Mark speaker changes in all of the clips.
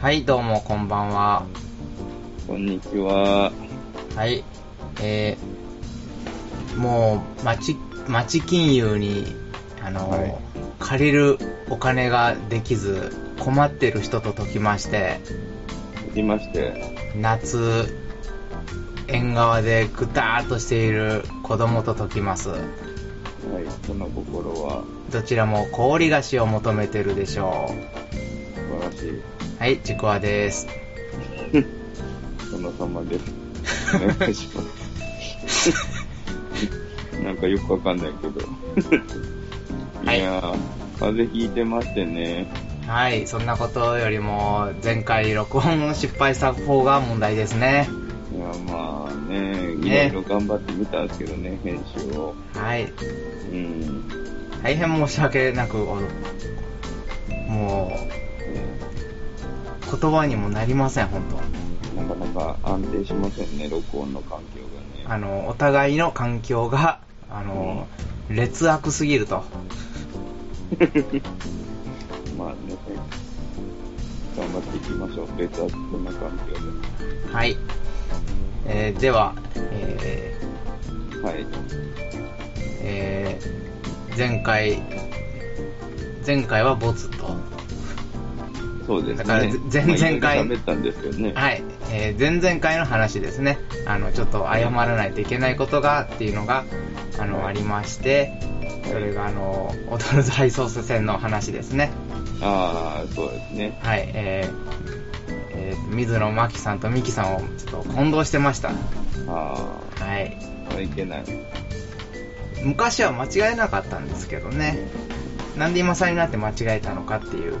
Speaker 1: はい、どうも、こんばんは。
Speaker 2: こんにちは。
Speaker 1: はい、えー、もう、町、町金融に、あの、
Speaker 2: はい
Speaker 1: 借りるお金ができず、困ってる人と解きまして、
Speaker 2: はじめまして。
Speaker 1: 夏、縁側でぐたーっとしている子供と解きます。
Speaker 2: はい、その心は
Speaker 1: どちらも氷菓子を求めてるでしょ
Speaker 2: 素晴らしい。
Speaker 1: う。はい、ちくわです。
Speaker 2: 殿様です。お願いします。なんかよくわかんないけど。
Speaker 1: はい
Speaker 2: いやー、風邪ひいてましてね。
Speaker 1: はい、そんなことよりも、前回録音失敗した方が問題ですね。
Speaker 2: いや、まあね、いろ
Speaker 1: ね
Speaker 2: いろ頑張ってみたんですけどね、編集を。
Speaker 1: はい、
Speaker 2: うん。
Speaker 1: 大変申し訳なく、あのも
Speaker 2: え
Speaker 1: う、言葉にもなりません、本
Speaker 2: ーなかなか安定しませんね、録音の環境
Speaker 1: 当。
Speaker 2: が
Speaker 1: あ
Speaker 2: ね。
Speaker 1: の、お互いの環境が、あの、劣悪すぎると。
Speaker 2: まあね、頑張っていきましょう。別はこんな環境で。
Speaker 1: はい。えーでは、えー
Speaker 2: はい。
Speaker 1: えー前回、前回はボツと。
Speaker 2: そうですね。
Speaker 1: だからぜ前々回
Speaker 2: まあいろいろ喋ったんですけどね。
Speaker 1: はい。えー前々回の話ですね。あの、ちょっと謝らないといけないことがっていうのが、あの、
Speaker 2: はい
Speaker 1: ありまして、それが、あの、踊る大捜査線の話ですね。
Speaker 2: ああ、そうですね。
Speaker 1: はい、えーえー水野真紀さんと美紀さんをちょっと混同してました。
Speaker 2: あ
Speaker 1: はい。
Speaker 2: あ、これいけない。
Speaker 1: 昔は間違えなかったんですけどね。なんで今更になって間違えたのかっていう。
Speaker 2: もう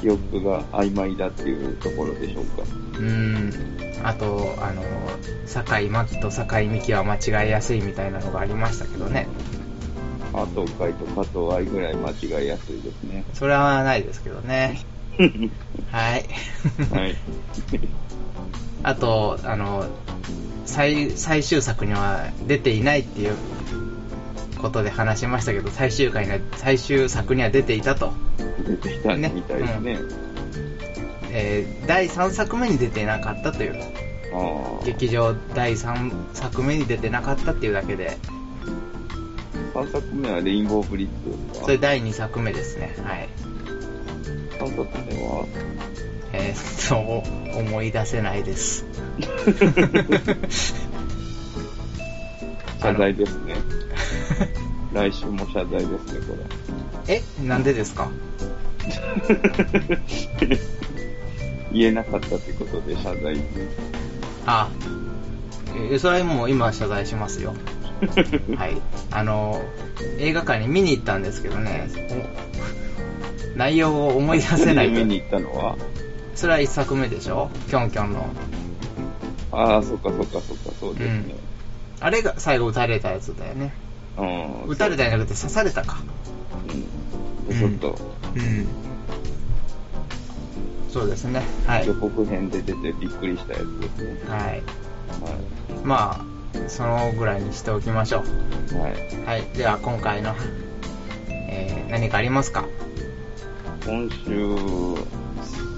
Speaker 2: 記憶が曖昧だっていうところでしょうか。
Speaker 1: うーん。あと、あの、酒井真紀と酒井美紀は間違えやすいみたいなのがありましたけどね。
Speaker 2: 加藤海と加藤愛ぐらい間違いやすいです ね。
Speaker 1: それはないですけどね。はい。
Speaker 2: はい。
Speaker 1: あと、あの、最、最終作には出ていないっていうことで話しましたけど、最終回には、最終作には出ていたと。
Speaker 2: 出てきた
Speaker 1: ね
Speaker 2: みたいですね。
Speaker 1: えー第3作目に出ていなかったという、
Speaker 2: ああ。
Speaker 1: 劇場第3作目に出てなかったっていうだけで、
Speaker 2: 3作目はレインボーブリッジ
Speaker 1: それ
Speaker 2: ですか
Speaker 1: 第2作目ですね。はい。
Speaker 2: ?3 作目 は
Speaker 1: えーそう、思い出せないです。
Speaker 2: 謝罪ですね。来週も謝罪ですね、これ。
Speaker 1: え、なんでですか
Speaker 2: 言えなかったってことで謝罪。
Speaker 1: あ、えーそれはもう今謝罪しますよ。はい。あの、映画館に見に行ったんですけどね、お内容を思い出せないと
Speaker 2: 見に行ったのは
Speaker 1: それは一作目でしょキョンキョンの。
Speaker 2: ああ、そっかそっかそっか、そうですね。
Speaker 1: あれが最後撃たれたやつだよね。
Speaker 2: うん。
Speaker 1: 撃たれたんじゃなくて刺されたか。
Speaker 2: うん。でちょっと、
Speaker 1: うん。そうですね。はい
Speaker 2: 予。告編で出てびっくりしたやつですね。
Speaker 1: はい。
Speaker 2: は
Speaker 1: まあ、そのぐらいにしておきましょ
Speaker 2: い。はい。
Speaker 1: う。はい。では今回の、えー、何かありますか
Speaker 2: 今週、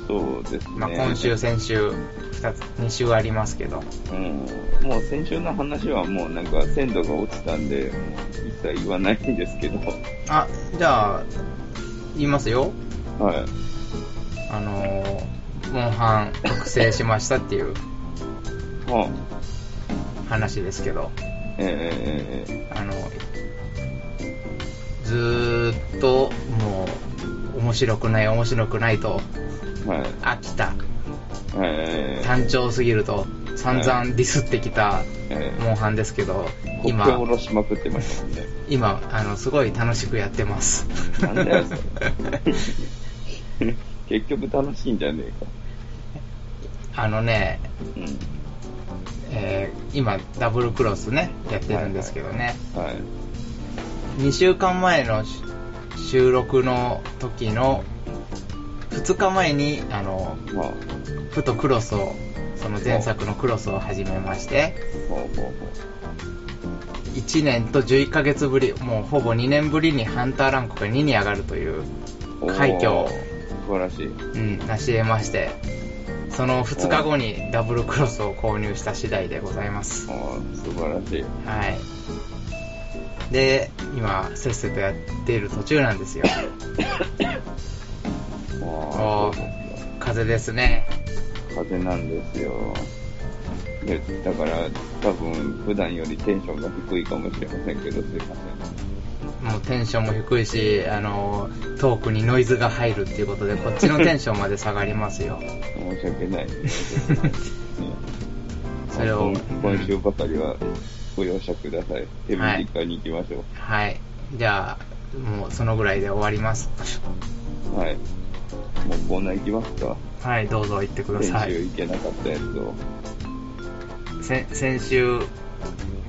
Speaker 2: そうですね。
Speaker 1: まあ今週、先週、二つ、2週ありますけど。
Speaker 2: うん。もう先週の話はもうなんか鮮度が落ちたんで、もう一切言わないんですけど。
Speaker 1: あ、じゃあ、言いますよ。
Speaker 2: はい。
Speaker 1: あのー、モンハン特成しましたっていう
Speaker 2: は
Speaker 1: 話ですけど。
Speaker 2: あ、ええ
Speaker 1: あの、ずーっともう、面白くない、面白くないと、
Speaker 2: はい。
Speaker 1: 飽きた、
Speaker 2: ええ
Speaker 1: 単調すぎると、散々ディスってきた、
Speaker 2: え
Speaker 1: モンハンですけど、
Speaker 2: え国境
Speaker 1: 今
Speaker 2: 下、ろしまくってましたもんね。
Speaker 1: 今、あの、すごい楽しくやってます。
Speaker 2: なんだよ、それ。結局楽しいんじゃねえ か。
Speaker 1: あのね、
Speaker 2: うん。
Speaker 1: えー今、ダブルクロスね、やってるんですけどね、
Speaker 2: はい。
Speaker 1: 2週間前のし収録の時の、2日前に、あの、
Speaker 2: まあ、
Speaker 1: ふとクロスを、その前作のクロスを始めまして、
Speaker 2: ほうほうほ
Speaker 1: 1年と11ヶ月ぶり、もうほぼ2年ぶりにハンターランクが2に上がるという
Speaker 2: う。
Speaker 1: 快挙を
Speaker 2: 素晴らしい。
Speaker 1: うん、成し得まして、その2日後にダブルクロスを購入した次第でございます。
Speaker 2: ああ、素晴らしい。
Speaker 1: はい。で、今、せっせとやっている途中なんですよ。
Speaker 2: あ
Speaker 1: あ
Speaker 2: あ、そうなんだ
Speaker 1: 風邪ですね。
Speaker 2: 風邪なんですよ。いや、だから、多分、普段よりテンションが低いかもしれませんけど、すいま
Speaker 1: もうテンションも低いし、あの、トークにノイズが入るっていうことで、こっちのテンションまで下がります よ。
Speaker 2: せん。申し訳ない。
Speaker 1: それを
Speaker 2: 今今週ばかりはご容赦ください。手短に行きましょ
Speaker 1: はい。じゃあ、もうそのぐらいで終わります。
Speaker 2: う。はい。もうコーナー行きますか。
Speaker 1: はい、どうぞ行ってくださ
Speaker 2: 先週
Speaker 1: い。
Speaker 2: 行けなかったやつを。
Speaker 1: 先先週、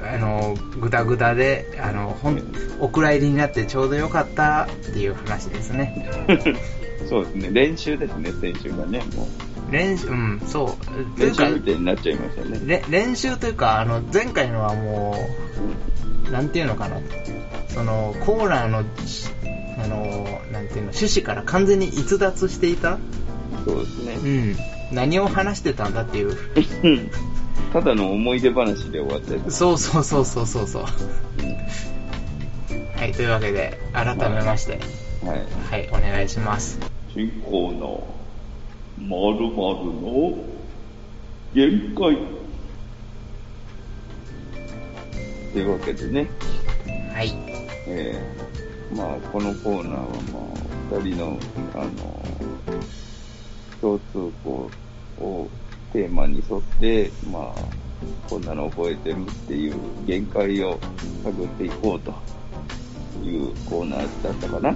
Speaker 1: あの、ぐだぐだで、あの、ほん、お蔵入りになってちょうどよかったっていう話ですね。
Speaker 2: そうですね。練習ですね、先週がね。も
Speaker 1: 練習、うん、そう。
Speaker 2: う
Speaker 1: とい
Speaker 2: 練
Speaker 1: うか
Speaker 2: 習、みたいになっちゃいましたね。
Speaker 1: れ練習というか、あの、前回のはもう、なんていうのかな。その、コーナーのし、あの、なんていうの、趣旨から完全に逸脱していた
Speaker 2: そうですね。
Speaker 1: うん。何を話してたんだっていう。
Speaker 2: ただの思い出話で終わってた。
Speaker 1: そうそうそうそうそうそう。
Speaker 2: う
Speaker 1: はい、というわけで、改めまして、
Speaker 2: んはい。
Speaker 1: はい、お願いします。
Speaker 2: 新コーナー、まるの限界。というわけでね、
Speaker 1: はい。
Speaker 2: えーまあ、このコーナーは、まあ、二人の、あの、共通項をテーマに沿って、まあ、こんなの覚えてるっていう限界を探っていこうというコーナーだったかな。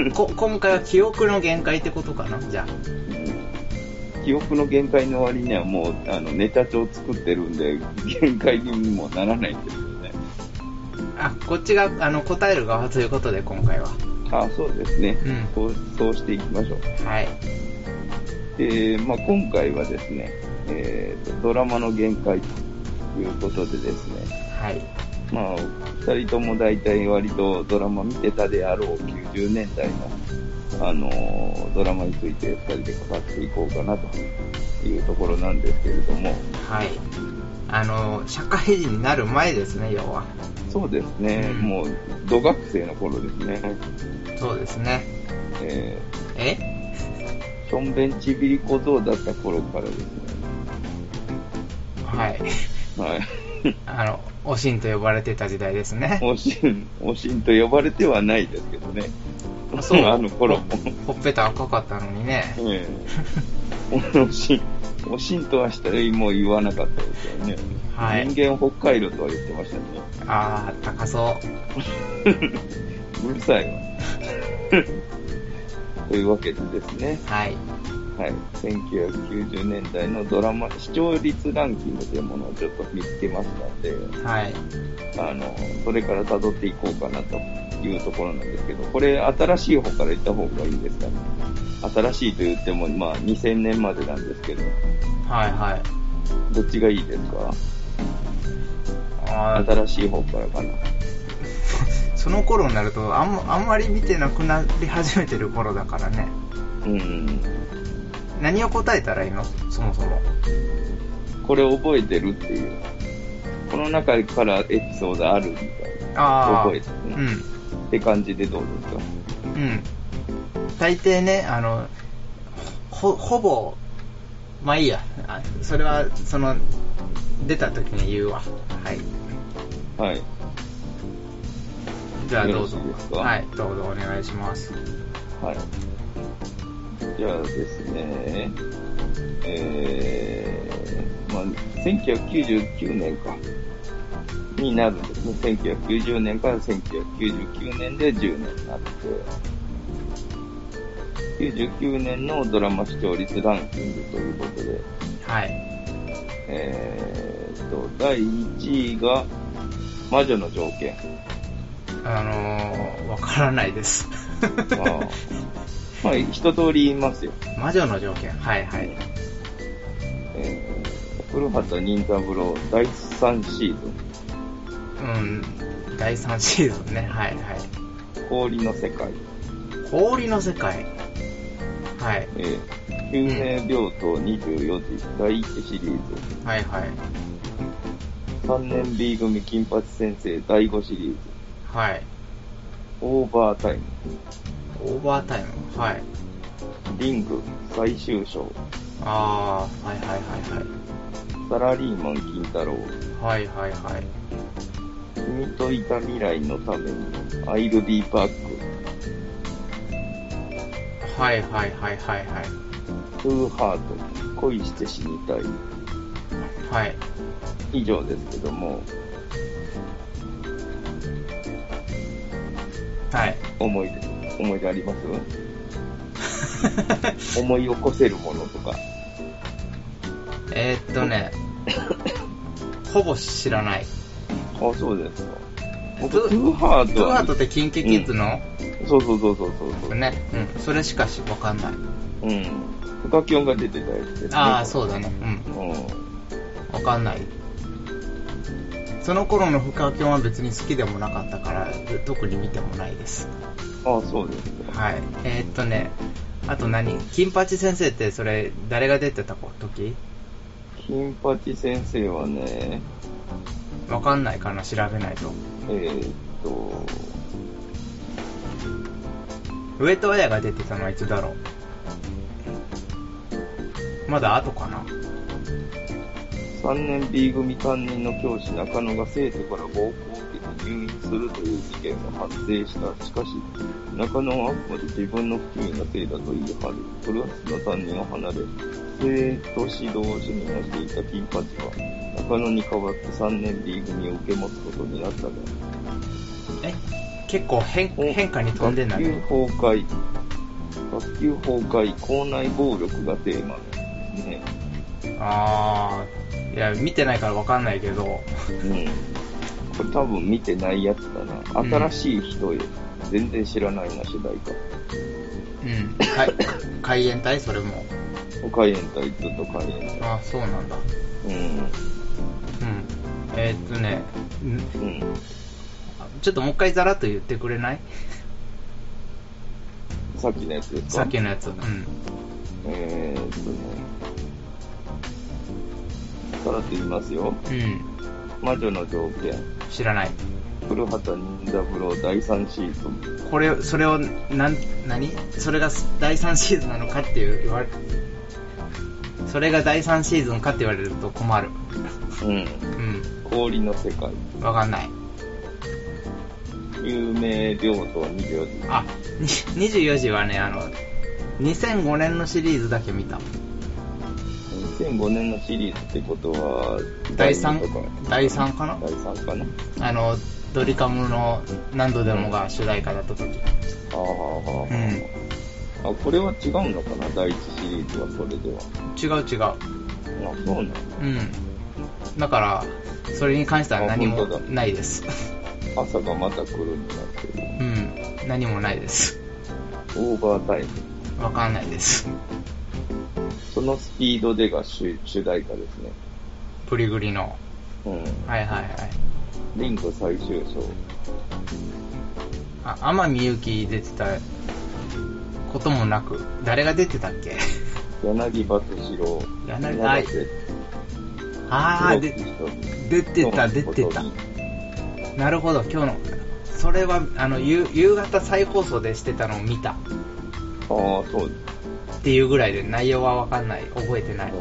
Speaker 1: うん。 こ今回は記憶の限界ってことかなじゃ
Speaker 2: 記憶の限界の割にはもうあのネタ帳作ってるんで限界にもならないんですよね。
Speaker 1: あ。あ、こっちが、あの、答える側ということで、今回は。
Speaker 2: あそうですね。
Speaker 1: うん
Speaker 2: そうそうしていきましょう。
Speaker 1: はい。
Speaker 2: で、まあ、今回はですね、えーとドラマの限界ということでですね、
Speaker 1: はい。
Speaker 2: まあ、二人とも大体割とドラマ見てたであろう90年代の、あのードラマについて二人で語っていこうかなというところなんですけれども、
Speaker 1: はい。あの、社会人になる前ですね、要は。
Speaker 2: そうですね、
Speaker 1: うん
Speaker 2: もう、土学生の頃ですね。
Speaker 1: そうですね。
Speaker 2: え
Speaker 1: え
Speaker 2: ー、ションベンチビリ小僧だった頃からですね。
Speaker 1: はい。
Speaker 2: はい。
Speaker 1: あの、おしんと呼ばれてた時代ですね。
Speaker 2: おしん、おしんと呼ばれてはないですけどね。
Speaker 1: あそう
Speaker 2: あの頃も。
Speaker 1: ほっぺた赤かったのにね。
Speaker 2: ええおしん、おしんとはしたらもう言わなかったですよね。
Speaker 1: はい
Speaker 2: 人間北海道とは言ってましたね。
Speaker 1: あー、高そう
Speaker 2: るさいわ。 というわけでですね。
Speaker 1: う。はい。
Speaker 2: はい、1990年代のドラマ視聴率ランキングというものをちょっと見つけましたので、
Speaker 1: はい。
Speaker 2: あの、それから辿っていこうかなというところなんですけど、これ新しい方から行った方がいいんですかね。新しいと言っても、まあ2000年までなんですけど、
Speaker 1: はいはい。
Speaker 2: どっちがいいですか
Speaker 1: あー
Speaker 2: 新しい方からかな。
Speaker 1: その頃になるとあん,、まあんまり見てなくなり始めてる頃だからね
Speaker 2: うん。
Speaker 1: 何を答えたらいいのそもそも
Speaker 2: これ覚えてるっていう。この中からエピソードあるみたいな。
Speaker 1: ああ
Speaker 2: 覚えてる、
Speaker 1: うん
Speaker 2: って感じでどうですか
Speaker 1: うん大抵ねあのほほぼまあいいやあそれはその出た時に言うわはい
Speaker 2: はい。
Speaker 1: じゃあどうぞ
Speaker 2: よろしいですか
Speaker 1: はいどうぞお願いします
Speaker 2: はい。じゃあですね、えー、まあ、1999年か、になるんですね。1990年から1999年で10年になって、99年のドラマ視聴率ランキングということで、
Speaker 1: はい
Speaker 2: えーっと、第1位が、魔女の条件。
Speaker 1: あのー、わからないです
Speaker 2: まあ、まあ、一通り言いますよ。
Speaker 1: 魔女の条件はいはい
Speaker 2: えー古畑任三郎第3シーズ
Speaker 1: うん第3シーズンねはいはい
Speaker 2: ン、氷の世界、
Speaker 1: 氷の世界。はい。
Speaker 2: えー、救命病棟24時第1シリーズ、
Speaker 1: はいはい。
Speaker 2: 3年 B 組金八先生第5シリーズ、
Speaker 1: はい。
Speaker 2: オーバータイム、
Speaker 1: オーバータイム。はい。
Speaker 2: リング最終章、
Speaker 1: ああ、はいはい
Speaker 2: サラリーマン金太郎、
Speaker 1: はいはい。はいはいはい。
Speaker 2: 君といた未来のために、アイルビーバック、
Speaker 1: はいはいはいはいはい。
Speaker 2: トゥーハート、恋して死にたい、
Speaker 1: はい。
Speaker 2: 以上ですけども、
Speaker 1: はい。
Speaker 2: 思い出、思い出あります思い起こせるものとか。
Speaker 1: えーっとね、ほぼ知らない。
Speaker 2: あ、そうですか。僕、
Speaker 1: トゥ
Speaker 2: トゥーハ
Speaker 1: ト
Speaker 2: ー
Speaker 1: ゥ
Speaker 2: ト
Speaker 1: ーハ
Speaker 2: は
Speaker 1: ートってキンキキッズの、
Speaker 2: そうそうそうそうそうそう。
Speaker 1: ね。うん。それしかしわかんない。
Speaker 2: うん。フカキョンが出てたやつですね。
Speaker 1: ああ、そうだね。うん。
Speaker 2: う
Speaker 1: わかんない。その頃の深キョンは別に好きでもなかったから、特に見てもないです。
Speaker 2: ん。ああ、そうですか。
Speaker 1: はい。えーっとね、あと何金八先生ってそれ、誰が出てた時
Speaker 2: 金八先生はね、
Speaker 1: わかんないかな調べないと。
Speaker 2: えー、っと、
Speaker 1: 上戸彩が出てたのはいつだろうまだ後かな
Speaker 2: 3年 B 組担任の教師中野が生徒から暴行を受けて入院するという事件が発生した。しかし、中野はあくまで自分の不機嫌なせいだと言い張る。クラスの担任を離れ、生徒指導主任をしていた金八は、中野に代わって3年 B 組を受け持つことになったが、
Speaker 1: え結構変変化に飛んでんだね。
Speaker 2: 学級崩壊、学級崩壊、校内暴力がテーマですね。
Speaker 1: あー、いや、見てないからわかんないけど、
Speaker 2: うん。これ多分見てないやつだな。
Speaker 1: うん
Speaker 2: 新しい人よ。全然知らないな、主題歌。
Speaker 1: うん。か海援隊それも。
Speaker 2: 海援隊ずっと海援隊。
Speaker 1: あー、そうなんだ。うん。えーっとね、ん
Speaker 2: うん。うん。
Speaker 1: ちょっともう一回ざらっと言ってくれない
Speaker 2: さっきのやつですか
Speaker 1: さっきのやつ。うん。
Speaker 2: えーっとね。さらっと言いますよ。
Speaker 1: うん。
Speaker 2: 魔女の条件。
Speaker 1: 知らない。
Speaker 2: 古畑任三郎第3シーズン。
Speaker 1: これ、それを、なん、何それが第3シーズンなのかっていう、言われ、それが第3シーズンかって言われると困る。
Speaker 2: うん。
Speaker 1: うん。
Speaker 2: 氷の世界。
Speaker 1: わかんない。
Speaker 2: 有名病棟24時。
Speaker 1: あ、に24時はね、あの、2005年のシリーズだけ見た。
Speaker 2: 2005年のシリーズってことは、
Speaker 1: 第
Speaker 2: 三とか。
Speaker 1: 3、第3かな
Speaker 2: 第3かな。
Speaker 1: あの、ドリカムの何度でもが主題歌だった時。
Speaker 2: ああ、あ、これは違うのかな第一シリーズはそれでは。
Speaker 1: 違う違う。
Speaker 2: あ、そうなの
Speaker 1: うん。だから、それに関しては何
Speaker 2: あ
Speaker 1: も
Speaker 2: 本当だ
Speaker 1: ないです。
Speaker 2: 朝がまた来るになってる。
Speaker 1: うん。何もないです。
Speaker 2: オーバータイム。
Speaker 1: わかんないです。
Speaker 2: そのスピードでが主主題歌ですね。
Speaker 1: プリグリの。
Speaker 2: うん。
Speaker 1: はいはいはい。
Speaker 2: リンゴ最終章。
Speaker 1: あ、天海祐希出てたこともなく、誰が出てたっけ
Speaker 2: 柳葉敏郎。
Speaker 1: 柳葉
Speaker 2: 柳瀬
Speaker 1: ああ、で、出てた出てた。なるほど、今日の。それは、あの、夕夕方再放送でしてたのを見たっ
Speaker 2: ああ、そうです。
Speaker 1: ていうぐらいで内容はわかんない。覚えてない。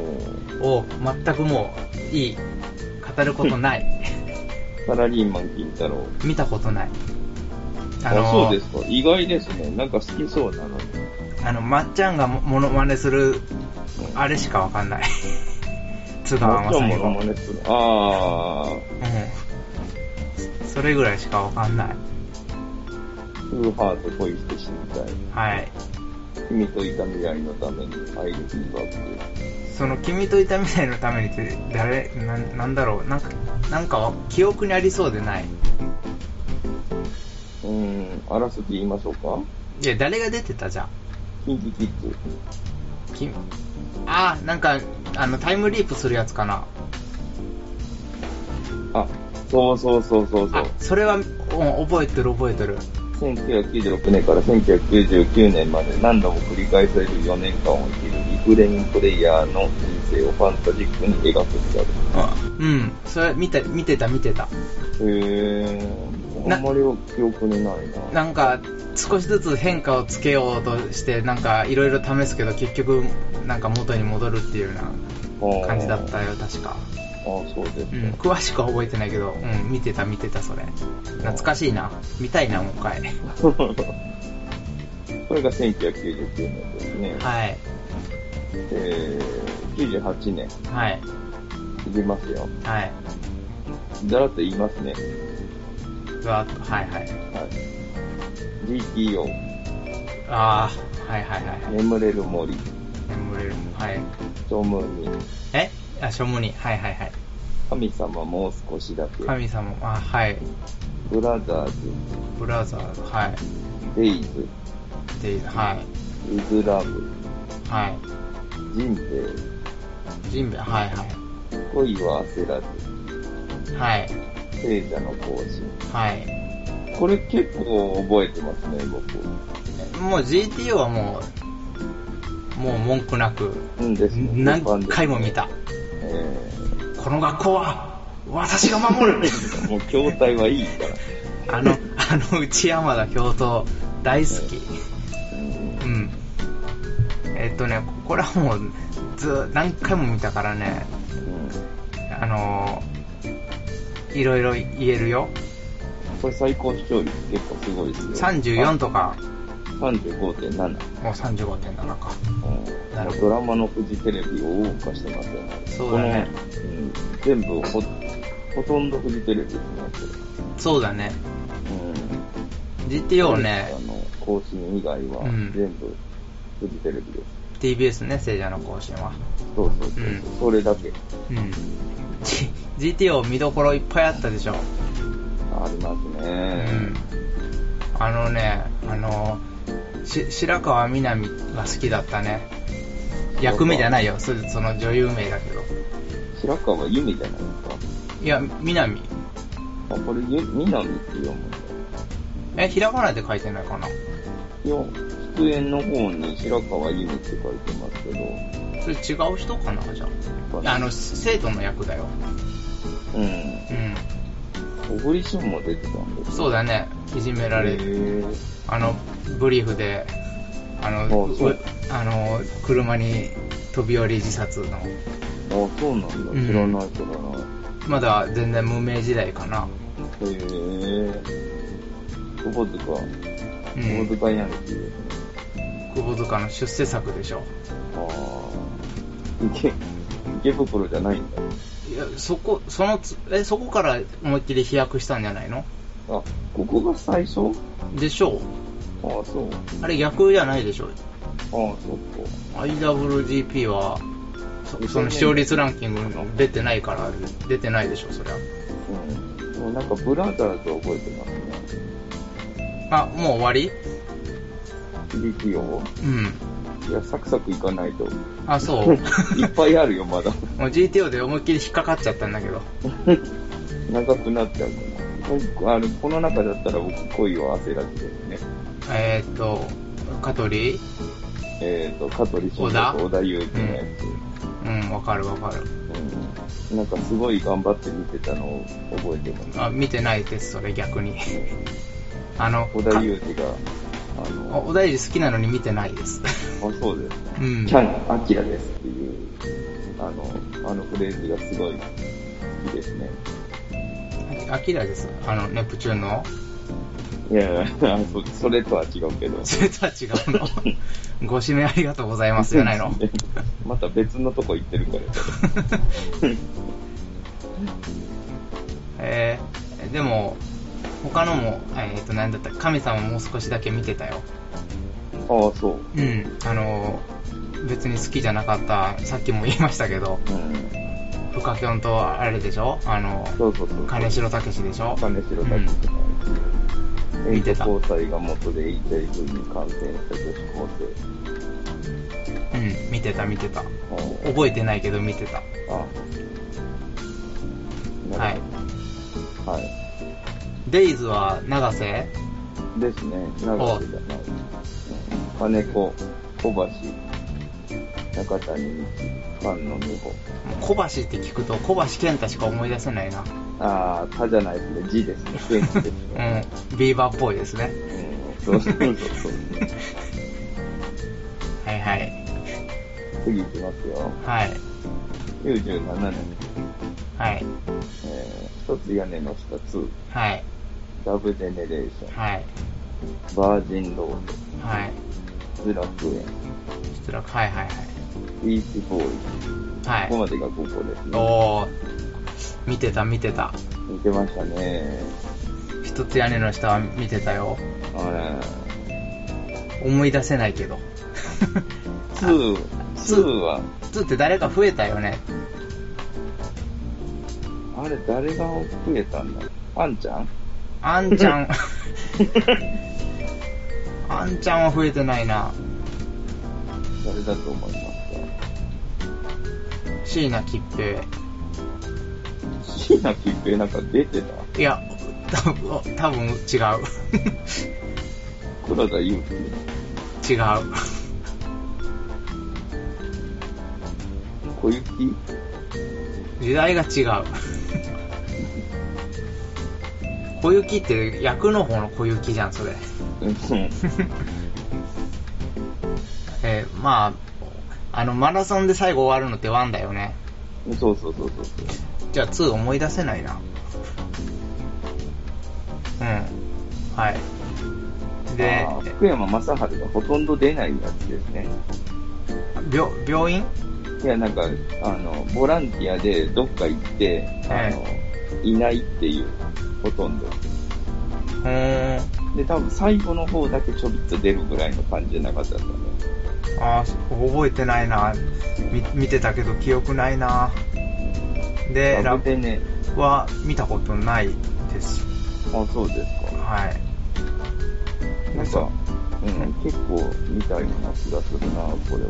Speaker 1: お全くもう、いい。語ることない。
Speaker 2: サラリーマン金太郎。
Speaker 1: 見たことない。
Speaker 2: あそうですか。意外ですね。なんか好きそうなのに。
Speaker 1: あの、まっちゃんがもモノマネする、あれしかわかん ない。津田
Speaker 2: も
Speaker 1: は
Speaker 2: ちろ
Speaker 1: さ
Speaker 2: ん
Speaker 1: ん
Speaker 2: モノ
Speaker 1: よ
Speaker 2: マ。ネする。ああ。
Speaker 1: うん。それぐらいしかわかんない。
Speaker 2: フーハート恋して死にたい。
Speaker 1: はい。
Speaker 2: 君といた未来のために、アイルビーバッ
Speaker 1: その、君といた未来のためにって、誰、なん、なんだろう、なんか、なんか、記憶にありそうでない。
Speaker 2: ク。うーん、あらすじ言いましょうか。
Speaker 1: いや、誰が出てたじゃん。
Speaker 2: キンキキッズ。
Speaker 1: きあー、なんか、あの、タイムリープするやつかな。
Speaker 2: あ、そうそうそうそうそ
Speaker 1: あ
Speaker 2: う。、
Speaker 1: それは、うん覚えてる覚えてる。
Speaker 2: 1996年から1999年まで何度も繰り返される4年間を生きるリフレインプレイヤーの人生をファンタジックに描く気が
Speaker 1: あうん。それ見て、見てた見てた。
Speaker 2: ある。へー、
Speaker 1: な
Speaker 2: あんまり記憶にないな。
Speaker 1: なんか、少しずつ変化をつけようとして、なんか、いろいろ試すけど、結局、なんか元に戻るっていうような感じだった
Speaker 2: あ
Speaker 1: よ、確か。
Speaker 2: ー、そうです
Speaker 1: うん、
Speaker 2: ね。
Speaker 1: 詳しくは覚えてないけど、うん、見てた見てた、それ。懐かしいな。見たいな、もう一回。
Speaker 2: これが1999年ですね。
Speaker 1: はい。
Speaker 2: えー、98年、
Speaker 1: はい。
Speaker 2: いきますよ。
Speaker 1: はい。
Speaker 2: だらっと言いますね。
Speaker 1: うわはいはい。
Speaker 2: はい。GTO、
Speaker 1: ああ、はいはいはいはい。
Speaker 2: 眠れる森、
Speaker 1: 眠れるもんはい。
Speaker 2: トムに、
Speaker 1: えあ、しょもに。はいはいはい。
Speaker 2: 神様もう少しだけ、
Speaker 1: 神様、あ、はい。
Speaker 2: ブラザーズ、
Speaker 1: ブラザー、はい。
Speaker 2: デイズ、
Speaker 1: で、はい。
Speaker 2: ウズラブ、
Speaker 1: はい。
Speaker 2: 人生、
Speaker 1: ジンベ、はいは
Speaker 2: 恋は焦らず、
Speaker 1: い。はい。
Speaker 2: 聖者の行進。
Speaker 1: はい。
Speaker 2: これ結構覚えてますね、僕。
Speaker 1: もう GTO はもう、もう文句なく、
Speaker 2: うんですね。
Speaker 1: 何回も見た。
Speaker 2: え
Speaker 1: この学校は、私が守る
Speaker 2: ー、 もう筐体はいいから。
Speaker 1: あの、あの内山田教頭、大好き。
Speaker 2: うん
Speaker 1: うん。えっとね、これはもう、ず、何回も見たからね、
Speaker 2: うん
Speaker 1: あのー、いろいろ言えるよ。
Speaker 2: これ最高視聴率結構すごいですよ。
Speaker 1: 34とか、
Speaker 2: 35.7。
Speaker 1: もう35.7か。
Speaker 2: うん
Speaker 1: なるほど
Speaker 2: ドラマのフジテレビを謳歌してますよね。
Speaker 1: そうだね
Speaker 2: この。うん全部ほ、ほとんどフジテレビですね、
Speaker 1: そうだね。
Speaker 2: これ。うん。
Speaker 1: GTO ね
Speaker 2: あ、の、更新以外は
Speaker 1: うん
Speaker 2: 全部フジテレビです。
Speaker 1: TBS ね、聖者の更新は。
Speaker 2: そうそうそう。
Speaker 1: うん
Speaker 2: それだけ
Speaker 1: うん。G- GTO 見どころいっぱいあったでしょ。
Speaker 2: あります
Speaker 1: う
Speaker 2: ね
Speaker 1: ん。。あのね、あの、し白川みなみが好きだったね。役名じゃないよ、そその女優名だけど。
Speaker 2: 白川由美じゃない
Speaker 1: いや、みなみ。
Speaker 2: ですか。あ、これ、ゆ、みなみって読むんだ
Speaker 1: え、ひらがなで書いてないかな。
Speaker 2: よ。いや、出演の方に白川由美って書いてますけど、
Speaker 1: それ違う人かな、じゃあ。あの、生徒の役だよ。
Speaker 2: うん。
Speaker 1: うん。
Speaker 2: 小栗旬も出てたんです
Speaker 1: そうだね、いじめられる。あの、ブリーフで、あの、
Speaker 2: あそう
Speaker 1: うあの、車に飛び降り自殺の、
Speaker 2: あ、そうなんだ。知らない人だな。
Speaker 1: まだ全然無名時代かな。
Speaker 2: へえ。久保塚。
Speaker 1: う
Speaker 2: 久保
Speaker 1: ん。
Speaker 2: 塚ヤンキーですね。
Speaker 1: 久保塚の出世作でしょ。
Speaker 2: ああ。池、池袋じゃないんだ。
Speaker 1: いや、そこ、そのつ、え、そこから思いっきり飛躍したんじゃないの
Speaker 2: あ、ここが最初
Speaker 1: でしょう
Speaker 2: ああ、そう。
Speaker 1: あれ逆じゃないでしょう
Speaker 2: ああ、そっか。
Speaker 1: IWGP は、そその視聴率ランキングの出てないから、出てないでしょ、そりゃ。
Speaker 2: うん。でもなんかブラザーズ覚えてますね。
Speaker 1: あ、もう終わり
Speaker 2: 響きを。
Speaker 1: うん。
Speaker 2: いや、サクサクいかないと。
Speaker 1: あ、そう。
Speaker 2: いっぱいあるよ、まだ。
Speaker 1: もう GTO で思いっきり引っかかっちゃったんだけど。
Speaker 2: 長くなっちゃうから。あの、この中だったら僕、恋は焦らずですね。
Speaker 1: えーっと、香取
Speaker 2: えっ、と、香取慎吾と小田裕二のやつ。
Speaker 1: うん、わかるわかる。
Speaker 2: うんなんかすごい頑張って見てたのを覚えてます。
Speaker 1: あ、見てないです、それ逆に。 あの、
Speaker 2: 小田裕二が、あ
Speaker 1: か
Speaker 2: の、
Speaker 1: お大事好きなのに見てないです。
Speaker 2: あそうです。
Speaker 1: うん
Speaker 2: キ。ャン、アキラですっていう、あの、あのフレーズがすごい好きですね。
Speaker 1: あきらです。あの、ネプチューンの。
Speaker 2: いやいや、あのそそれとは違うけど。
Speaker 1: それとは違うの。ご指名ありがとうございますじゃないの。
Speaker 2: また別のとこ行ってるから。
Speaker 1: えー、でも、他のも、えーっと、なんだった神様もう少しだけ見てたよ。
Speaker 2: ああ、そう。
Speaker 1: うん。あの、別に好きじゃなかった、さっきも言いましたけど、
Speaker 2: うん。
Speaker 1: フカキョンとあれでしょあの、
Speaker 2: そうそうそう。
Speaker 1: 金城武でしょ
Speaker 2: 金城拓司のやつ。
Speaker 1: 見てた
Speaker 2: 交際が元で HIV に感染した女子高
Speaker 1: うん、見てた見てた。
Speaker 2: 生。
Speaker 1: 覚えてないけど見てた。
Speaker 2: あ
Speaker 1: はい。
Speaker 2: はい。
Speaker 1: デイズは長瀬
Speaker 2: ですね。長瀬じゃない。うん金子、小橋、中谷美紀、菅野美穂。
Speaker 1: もう小橋って聞くと小橋健太しか思い出せないな。
Speaker 2: ああ、他じゃないですね。字ですね。元気ですね。
Speaker 1: うん。ビーバーっぽいですね。
Speaker 2: うんそうそうそうそう。
Speaker 1: はいはい。
Speaker 2: 次いきますよ。
Speaker 1: はい。
Speaker 2: 97年、
Speaker 1: はい。
Speaker 2: えー、一つ屋根の下2、
Speaker 1: はい。
Speaker 2: ラブジェネレーショ
Speaker 1: はい。
Speaker 2: ン、バージンロー
Speaker 1: はい。
Speaker 2: ド、ズラク
Speaker 1: 失楽。はいはい
Speaker 2: エン、ビーチボーイ、
Speaker 1: はい。
Speaker 2: ここ
Speaker 1: はい。
Speaker 2: までが5個ですね。
Speaker 1: おー。見てた見てた。
Speaker 2: 見てましたね。
Speaker 1: 一つ屋根の下は見てたよ。
Speaker 2: あ
Speaker 1: 思い出せないけど。
Speaker 2: ー2、2は、
Speaker 1: つって誰か増えたよね。
Speaker 2: あれ誰が増えたんだあんちゃん
Speaker 1: あんちゃん、あんちゃんは増えてないな。
Speaker 2: 誰だと思い
Speaker 1: 椎名桔平。
Speaker 2: ますか椎名桔平なんか出てた
Speaker 1: いや、多分、多分違う。
Speaker 2: 黒田祐樹
Speaker 1: 違う。
Speaker 2: 小雪
Speaker 1: 時代が違う。小雪って役の方の小雪じゃん、それ。
Speaker 2: うん
Speaker 1: えーまあ、あの、マラソンで最後終わるのって1だよね。
Speaker 2: そうそうそうそう
Speaker 1: じゃあ2思い出せないな。うん。はい。
Speaker 2: そう。
Speaker 1: で、
Speaker 2: あー福山雅治がほとんど出ないやつですね。
Speaker 1: 病、病院
Speaker 2: いや、なんか、あの、ボランティアでどっか行って、あの、いないっていう、ほとんど。
Speaker 1: うーん。
Speaker 2: で、多分最後の方だけちょびっと出るぐらいの感じじゃなかったですかね。
Speaker 1: あー覚えてないな。み見てたけど記憶ないな。で、
Speaker 2: ラ
Speaker 1: ラ
Speaker 2: ブでね、
Speaker 1: ブは見たことないです。
Speaker 2: あ、そうですか。
Speaker 1: はい。
Speaker 2: なんか、うん、結構みたいな気がするな、これは。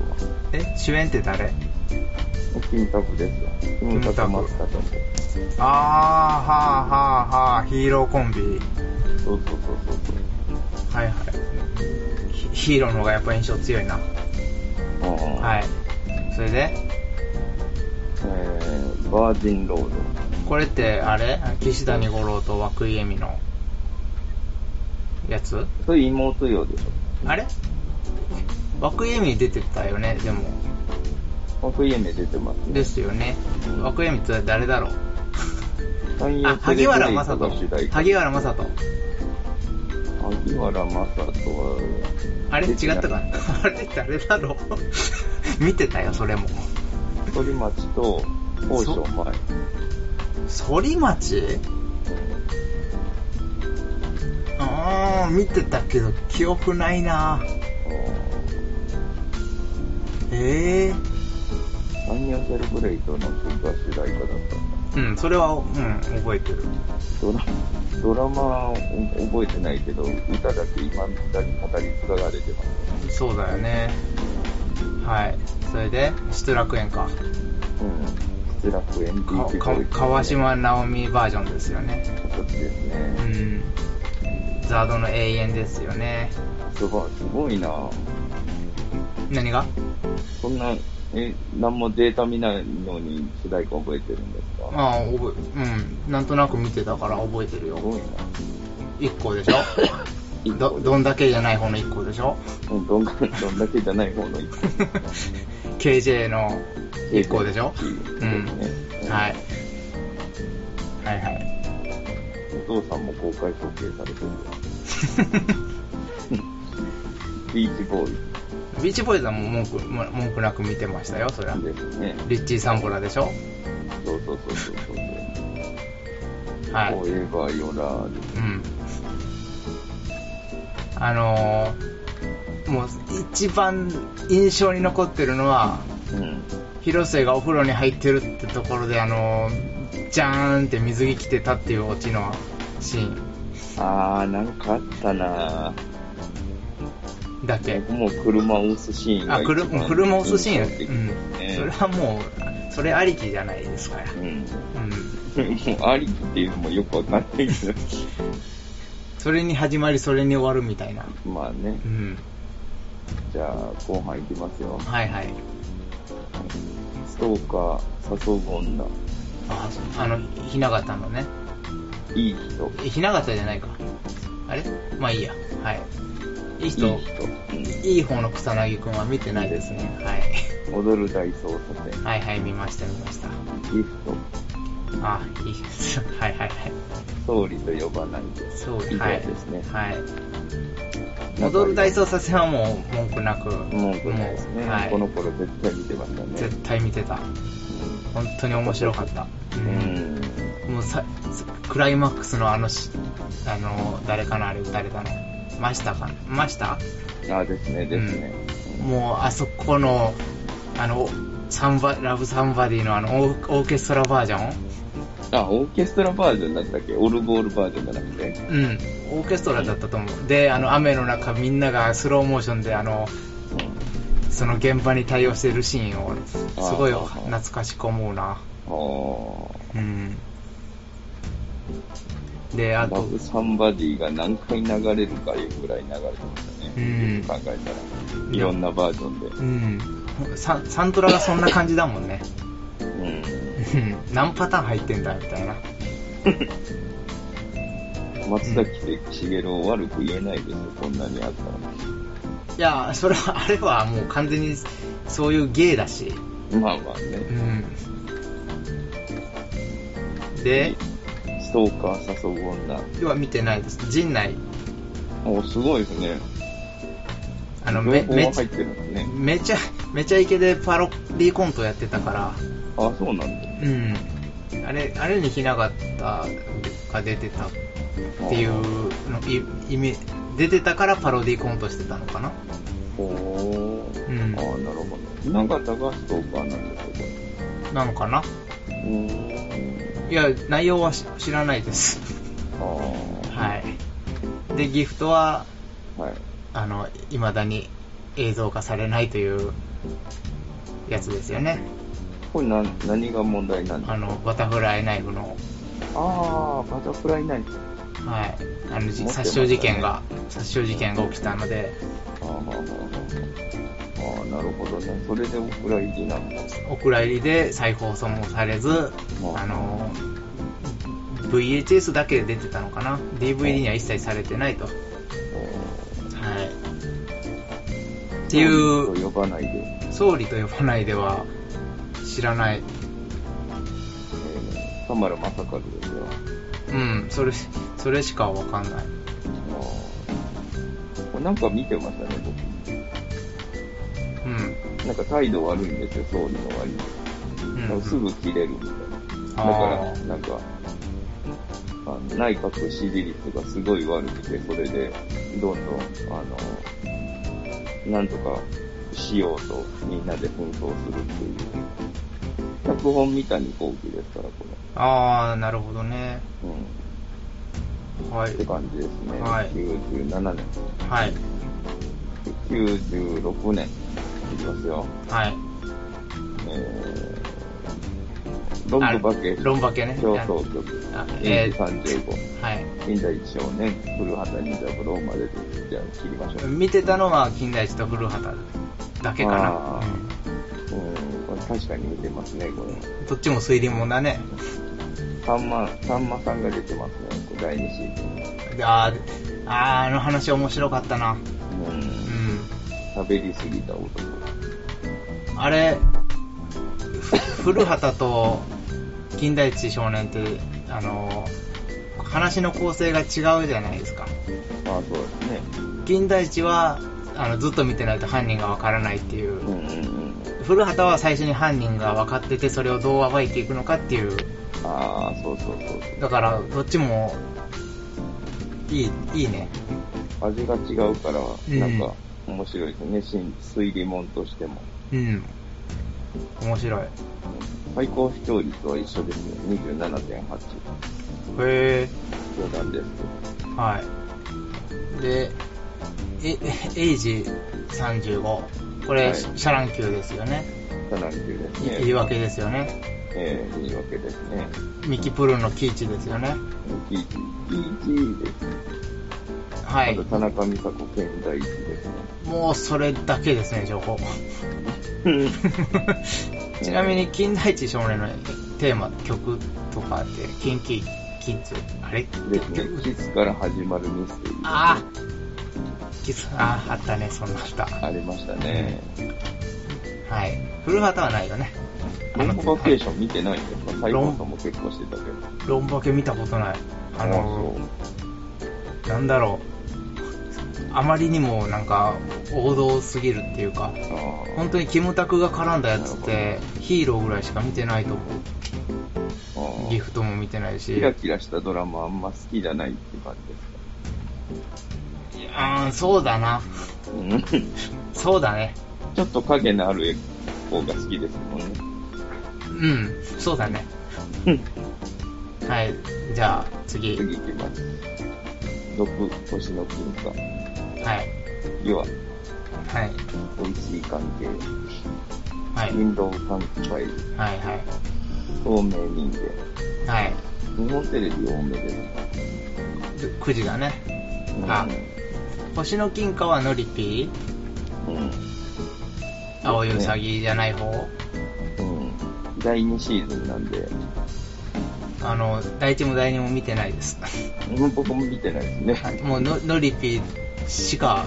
Speaker 1: え、主演って誰
Speaker 2: キムタクですよ。キムタクマスカと。
Speaker 1: あー、はあはあはあ、ヒーローコンビ。
Speaker 2: そうそうそうそうそう。
Speaker 1: はいはい。ヒヒーローの方がやっぱ印象強いな。
Speaker 2: あー
Speaker 1: はい。それで、
Speaker 2: えー、バージンロー
Speaker 1: これってあれ岸谷五郎と涌井絵美のやつ
Speaker 2: ド。それ妹用でし
Speaker 1: あれ涌井絵美出てたよね、でも。
Speaker 2: ょ。僕家に出てますね。
Speaker 1: ですよね。涌井絵美って誰だろう
Speaker 2: 三遊
Speaker 1: あ、
Speaker 2: テ
Speaker 1: 萩
Speaker 2: レビ
Speaker 1: 原
Speaker 2: レイ
Speaker 1: 正
Speaker 2: トが主
Speaker 1: 人。
Speaker 2: 題歌
Speaker 1: 萩原正人。
Speaker 2: 萩原正人は、
Speaker 1: あれ違
Speaker 2: 出
Speaker 1: って
Speaker 2: ない
Speaker 1: たかな あれ誰だろう 見てたよ、それも。
Speaker 2: 鳥町と大正前。
Speaker 1: 反町あー、見てたけど、記憶ないなええ
Speaker 2: サンニャセルブレイトの曲が主題歌だったんだ。
Speaker 1: ー。うん、それは、うん、覚えてる。
Speaker 2: ドラドラマを覚えてないけど、歌だけ今みたいに語り継がれてますね。
Speaker 1: そうだよね。はい。それで、失楽園か。
Speaker 2: うん。失楽園ビ
Speaker 1: か
Speaker 2: ーチボ
Speaker 1: か
Speaker 2: ーイズ
Speaker 1: 川島直美バージョンですよね。
Speaker 2: 形です
Speaker 1: う
Speaker 2: ね。
Speaker 1: ん。ザードの永遠ですよね。
Speaker 2: すごい、すごいな
Speaker 1: 何が
Speaker 2: そんな、え、何もデータ見ないのに主題歌覚えてるんですか
Speaker 1: ああ、覚え、うん。なんとなく見てたから覚えてる
Speaker 2: す
Speaker 1: よ。
Speaker 2: ごいな
Speaker 1: 1個でしょど、どんだけじゃない方の1個でしょ
Speaker 2: うんどんが、どんだけじゃない方の一
Speaker 1: ?KJ の1個でしょうん
Speaker 2: うん
Speaker 1: はい。はいはい。
Speaker 2: お父さんも公開処刑されてる。ビーチボーイ
Speaker 1: ビーチボーイズはもう文句、も文句なく見てましたよ、そりゃ。
Speaker 2: ですね。
Speaker 1: リッチー・サンボラでしょ
Speaker 2: そうそうそうそうそう。
Speaker 1: はい。
Speaker 2: フォーエバーヨラーです
Speaker 1: うん。あのー、もう一番印象に残ってるのは、
Speaker 2: うん。
Speaker 1: 広瀬がお風呂に入ってるってところで、あのー、ジャーンって水着着てたっていうオチのシーン
Speaker 2: あー、なんかあったな
Speaker 1: だけ。
Speaker 2: 僕も車を押すシーンが
Speaker 1: あ、
Speaker 2: 一
Speaker 1: く
Speaker 2: 番
Speaker 1: る車押すシーン、
Speaker 2: 印象的です
Speaker 1: うん。それ
Speaker 2: ね
Speaker 1: はもう、それありきじゃないですから。
Speaker 2: うん
Speaker 1: うん。
Speaker 2: もうありっていうのもよくわかんないけど。
Speaker 1: それに始まり、それに終わるみたいな。
Speaker 2: まあね
Speaker 1: う。ん。
Speaker 2: じゃあ、後半いきますよ。
Speaker 1: はいはい。
Speaker 2: ストーカー、誘う女、
Speaker 1: あ、そあの、ひな形のね。
Speaker 2: いい人。
Speaker 1: えひな形じゃないか。あれまあいいや。はい。いい人、
Speaker 2: いい人。
Speaker 1: いい方の草薙くんは見てないですね。はい。
Speaker 2: うん踊る大捜査線、
Speaker 1: はいはい、見ました見ました。
Speaker 2: ギフト、
Speaker 1: あ、いいです。はいはいはい。
Speaker 2: 総理と呼ばないで。
Speaker 1: そう
Speaker 2: 以上
Speaker 1: はい。
Speaker 2: ですね。
Speaker 1: はい。戻る大捜査線はもう文句なく。
Speaker 2: 文句ないですね。
Speaker 1: もうはい。
Speaker 2: この頃絶対見てましたね。
Speaker 1: 絶対見てた。本当に面白かった。
Speaker 2: うん。うん
Speaker 1: もうさ、クライマックスのあのし、あの、誰かなあれ撃たれたの。ましたかました
Speaker 2: ああ、ですね、ですね。
Speaker 1: もう、あそこの、あの、サンバ、ラブサンバディのあの、オーオーケストラバージョ
Speaker 2: あ、オーケストラバージョンだったっけオルゴールバージョンじゃなくて
Speaker 1: ンうん。オーケストラだったと思う。で、あの、雨の中みんながスローモーションで、あの、その現場に対応してるシーンを、すごい
Speaker 2: あー
Speaker 1: 懐かしく思うな。
Speaker 2: あ
Speaker 1: うん。で、
Speaker 2: あ。
Speaker 1: あ
Speaker 2: ラ
Speaker 1: と、
Speaker 2: ブサンバディが何回流れるかいうぐらい流れてましたね。
Speaker 1: うん
Speaker 2: 考えたら。いろんなバージョンで。
Speaker 1: うん。ササントラがそんな感じだもんね。
Speaker 2: うん。
Speaker 1: うん何パターン入ってんだみたいな。
Speaker 2: 松崎茂を悪く言えないですよ、こんなにあったら。
Speaker 1: いや、それは、あれはもう完全にそういう芸だし。
Speaker 2: まあまあ
Speaker 1: うん。
Speaker 2: ね。
Speaker 1: で、
Speaker 2: ストーカー誘う女。
Speaker 1: 要は見てないです。陣内、
Speaker 2: おすごいですね。
Speaker 1: あの、め、
Speaker 2: 情報
Speaker 1: め
Speaker 2: が
Speaker 1: ち
Speaker 2: 入
Speaker 1: ゃ
Speaker 2: っ、てるんですね。
Speaker 1: めちゃ、めちゃイケでパロディコントやってたから、
Speaker 2: あ、そうな
Speaker 1: う
Speaker 2: んだ。
Speaker 1: ん。あれ、あれにひながたが出てたっていうの、い、意味、出てたからパロディコントしてたのかな
Speaker 2: ほー。
Speaker 1: うん
Speaker 2: ああ、なるほど。長田がストーカーなんですよ、こ
Speaker 1: なのかな
Speaker 2: れ。うん。
Speaker 1: いや、内容はし知らないです。
Speaker 2: ああ。
Speaker 1: はい。で、ギフトは、
Speaker 2: はい。
Speaker 1: あの、未だに映像化されないというやつですよね。
Speaker 2: これな何が問題なんです
Speaker 1: あ
Speaker 2: か
Speaker 1: の、バタフライナイフの、
Speaker 2: ああ、バタフライナイフ。
Speaker 1: はい。あの、
Speaker 2: 持ってましたね
Speaker 1: 殺傷事件が、殺傷事件が起きたので、
Speaker 2: あーあー、あーあー、なるほどね。それでお蔵入りなんだ。
Speaker 1: お蔵入りで再放送もされず、あの、VHS だけで出てたのかな ?DVD には一切されてないと。は
Speaker 2: っ
Speaker 1: い。っていう、
Speaker 2: 呼ばないで、え
Speaker 1: 総理と呼ばないでは知らない。
Speaker 2: ー、田村正和ですよ。
Speaker 1: うん、それ、それしかわかんない。
Speaker 2: あーこれなんか見てましたね、
Speaker 1: うん。
Speaker 2: 僕。なんか態度悪いんですよ、総理の割に。
Speaker 1: うん、
Speaker 2: すぐ切れるみたいな。
Speaker 1: あ
Speaker 2: だから、なんか、あの内閣支持率がすごい悪くて、それで、どんどん、あの、なんとかしようと、みんなで奮闘するっていう。脚本みたいに後期ですから、こ
Speaker 1: ーあー、なるほどね。
Speaker 2: れ。うん。
Speaker 1: はい
Speaker 2: っ。て感じですね。
Speaker 1: はい
Speaker 2: 97年。
Speaker 1: はい。
Speaker 2: 96年。いきますよ。
Speaker 1: はい。
Speaker 2: えー、ロングバケ
Speaker 1: あロンバケね。
Speaker 2: 競争曲、
Speaker 1: あ
Speaker 2: 演
Speaker 1: え
Speaker 2: 技
Speaker 1: ー
Speaker 2: 35。
Speaker 1: はい。
Speaker 2: 近代一少年、古畑任三郎までで、じゃあ切りましょう。
Speaker 1: 見てたのは金田一と古畑だけかな
Speaker 2: あ。うん、これ確かに見てますね、これ。
Speaker 1: うんどっちも推理もんだね。
Speaker 2: さんま、さんまさんが出てますね、これ第2シーズン。
Speaker 1: であーあー、あの話面白かったな。
Speaker 2: う、
Speaker 1: うんん。
Speaker 2: 喋りすぎた男。
Speaker 1: あれ、ふ 古畑と金田一少年って、あの、話の構成が違うじゃないですか。
Speaker 2: ああ、そうですね。
Speaker 1: 金田一は、あの、ずっと見てないと犯人がわからないっていうう。
Speaker 2: んうんうん。
Speaker 1: 古畑は最初に犯人が分かってて、それをどう暴いていくのかっていう。
Speaker 2: ああ、そうそうそう
Speaker 1: だから、どっちも、いい、いいね。
Speaker 2: そう。味が違うから、
Speaker 1: ん
Speaker 2: なんか、面白いですね、しん推理門としても。
Speaker 1: うん。面白い。へ
Speaker 2: 最高視聴率は一緒ですね、27.8。
Speaker 1: え。
Speaker 2: 冗談ですけど。
Speaker 1: はい。で、え、エイジ35。これ、
Speaker 2: はい
Speaker 1: シャラン級ですよね。
Speaker 2: さらにです
Speaker 1: い
Speaker 2: ね。
Speaker 1: 言い訳ですよね。
Speaker 2: ええ言い訳ですね。
Speaker 1: ミキプルのキイチですよね。
Speaker 2: キーチ、キーチです。
Speaker 1: はい
Speaker 2: あと田中美佐子県第一ですね。
Speaker 1: もうそれだけですね、情報。 ちなみに、金田一少年のテーマ、曲とかって、キンキキッズ、あれ
Speaker 2: ですね。キスから始まるミステリー。
Speaker 1: ああ、キス、ああ、あったね、そんなあった。
Speaker 2: ありましたね。
Speaker 1: はい。古畑はないよね。
Speaker 2: コ
Speaker 1: あの
Speaker 2: ンボケーション見てないんですか最
Speaker 1: ロン
Speaker 2: 後さんも結婚してたけど。
Speaker 1: ロンバケ見たことない。あの、なんだろう。あまりにもなんか王道すぎるっていうか、
Speaker 2: そうあ
Speaker 1: 本当にキムタクが絡んだやつってヒーローぐらいしか見てないと思
Speaker 2: ー
Speaker 1: う。
Speaker 2: あ
Speaker 1: ギ
Speaker 2: ー。
Speaker 1: フトも見てないし。
Speaker 2: キラキラしたドラマあんま好きじゃないって感じですか
Speaker 1: うん、そうだな。
Speaker 2: うん
Speaker 1: そうだね。
Speaker 2: ちょっと影のある方が好きですもんね。
Speaker 1: うん、そうだね。はい。じゃあ、次。
Speaker 2: 次行きます。毒、星の金貨。
Speaker 1: はい。
Speaker 2: 要は、
Speaker 1: はい。
Speaker 2: 美味しい関係。
Speaker 1: はい。
Speaker 2: 人道関係。
Speaker 1: はい。はい。
Speaker 2: 透明人間。
Speaker 1: はい。
Speaker 2: 日本テレビ多めです。
Speaker 1: で9時だね。
Speaker 2: うん
Speaker 1: あ星の金貨はノリピー
Speaker 2: うん。
Speaker 1: 青いウサギじゃない方、
Speaker 2: うん。第2シーズンなんで、
Speaker 1: あの、第一も第二も見てないです。
Speaker 2: 僕も見てないですね。
Speaker 1: はいもうの、ノリピーしか、